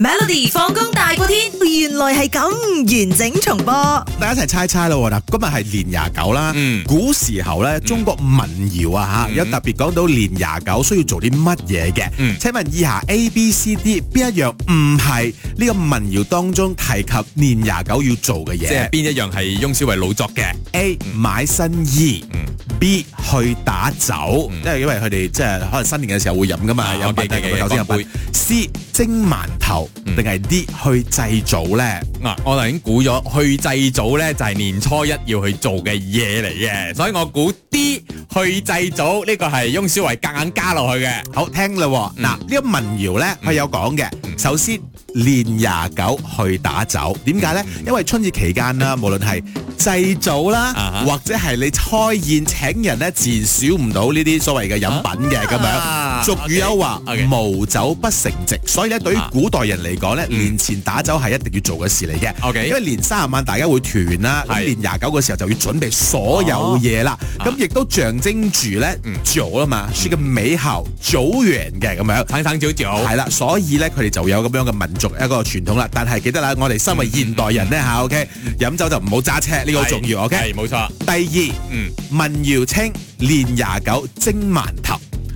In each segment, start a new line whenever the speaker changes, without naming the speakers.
Melody 放工大過天，原來係咁完整重播。
大家一齊猜猜咯喎嗱，今日係年廿九啦。
嗯
古時候咧，中國民謠啊嚇，有特別講到年廿九需要做啲乜嘢嘅。
嗯
請問以下 A、B、C、D 邊一樣唔係呢個民謠當中提及年廿九要做嘅
即係嗯
嘢
邊一樣係翁小維老作嘅？
？A 買新衣
嗯
，B 去打酒，
嗯
因為因為佢哋即係可能新年嘅時候會飲噶嘛，
啊
有品
OK，OK，
酒精
乾
飲
杯
品。C 蒸饅頭
嗯
定係 D 去祭祖咧？
嗱，啊我頭先估咗去祭祖咧，就係年初一要去做嘅嘢嚟嘅，所以我估 D 去祭祖呢個係翁小維夾硬加落去嘅。
好聽嘞喎，嗱
嗯
呢個民謠呢，佢有講嘅。
嗯
首先年廿九去打酒，點解呢？
嗯
因為春節期間啦，無論係祭祖啦
啊，哈
或者係你開宴請人呢，自然少唔到呢啲所謂嘅飲品嘅咁
啊
樣。俗語有話
OK，OK
無酒不成席，所以呢，對於
啊
古代人嚟講呢，
嗯
年前打酒係一定要做嘅事嚟嘅。
OK
因為年三十晚大家會團啦，咁
係
年廿九嘅時候就要準備所
哦
有嘢啦。咁亦都象徵住呢，
啊嗯
早啦嘛，是個美好組員嘅咁樣。
撐撐照照，
係啦，所以咧佢哋就有咁樣嘅民族一個傳統啦。但係記得啦，我哋身為現代人咧吓 o k 飲酒就唔好揸車，呢個好重要，OK。
嗯係冇錯，
第二，
嗯，
民謠稱年廿九蒸饅頭，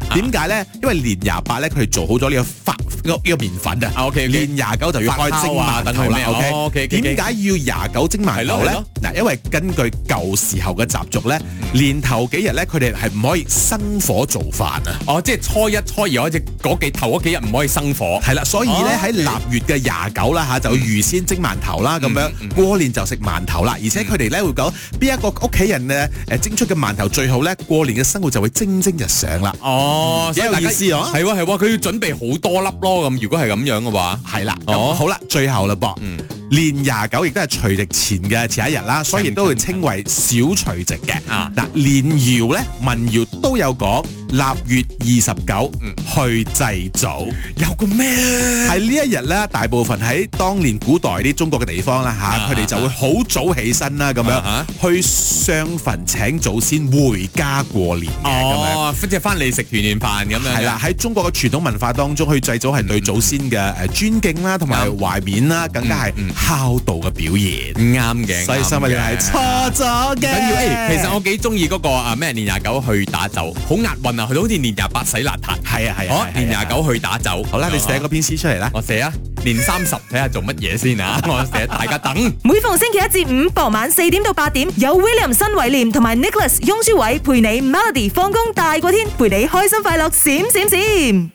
啊
點解咧？因為年廿八咧佢哋做好咗呢個發呢個呢個麵粉啊。
啊 OK，
年廿九就要開蒸饅頭
發酵啊等佢咩
啦，OK？
哦，OK，OK，OK
點解要廿九蒸饅頭
係
咧
咯？
嗱，因為根據舊時候嘅習俗咧，年頭幾日咧佢哋係唔可以生火做飯啊。
哦，即係初一、初二嗰只嗰幾頭嗰幾日唔可以生火，
係啦，所以咧
哦
喺臘月嘅廿九啦嚇，就預先蒸饅頭啦，
嗯
咁樣過年就食饅頭啦。而且佢哋咧會講邊一個屋企人咧誒蒸出嘅饅頭最好咧，過年嘅生活就會蒸蒸日上啦。
哦，所以
有
大家
意思啊
係喎係喎，佢要準備好多粒咯，咁如果係咁樣嘅話，
係啦，咁
哦
好啦，最後啦噃
嗯，
年廿九亦都係除夕前嘅前一日啦，所以亦都會稱為小除夕嘅。
啊
嗱，年謠咧，民謠都有講臘月二十九
嗯
去祭祖。
有個咩？
喺呢一日咧，大部分喺當年古代啲中國嘅地方啦
啊
吓，佢哋就會好早起身啦，咁
啊
樣去上墳請祖先回家過年嘅咁樣。
哦，即係翻嚟食團年飯咁樣。
係啊啦，，喺中國嘅傳統文化當中，去祭祖係對祖先嘅誒尊敬啦，同埋
啱
懷緬啦，更加係
嗯嗯
孝道嘅表現。
啱嘅。
所以新聞你啊係錯咗嘅。
緊要 誒，其實我幾中意嗰個啊咩年廿九去打酒，好押韻啊，佢好似年廿八洗邋遢。
係啊係啊係啊
哦，，年
係啊啊
廿。九去打酒。
好啦，你寫嗰篇詩出嚟啦。
我寫啊，年三十睇下做乜 嘢先啊，我寫大家等。
每逢星期一至五傍晚四點到八點，有 William 新偉廉同埋 Nicholas 雍舒偉陪你 Melody 放工大過天，陪你開心快樂閃閃閃。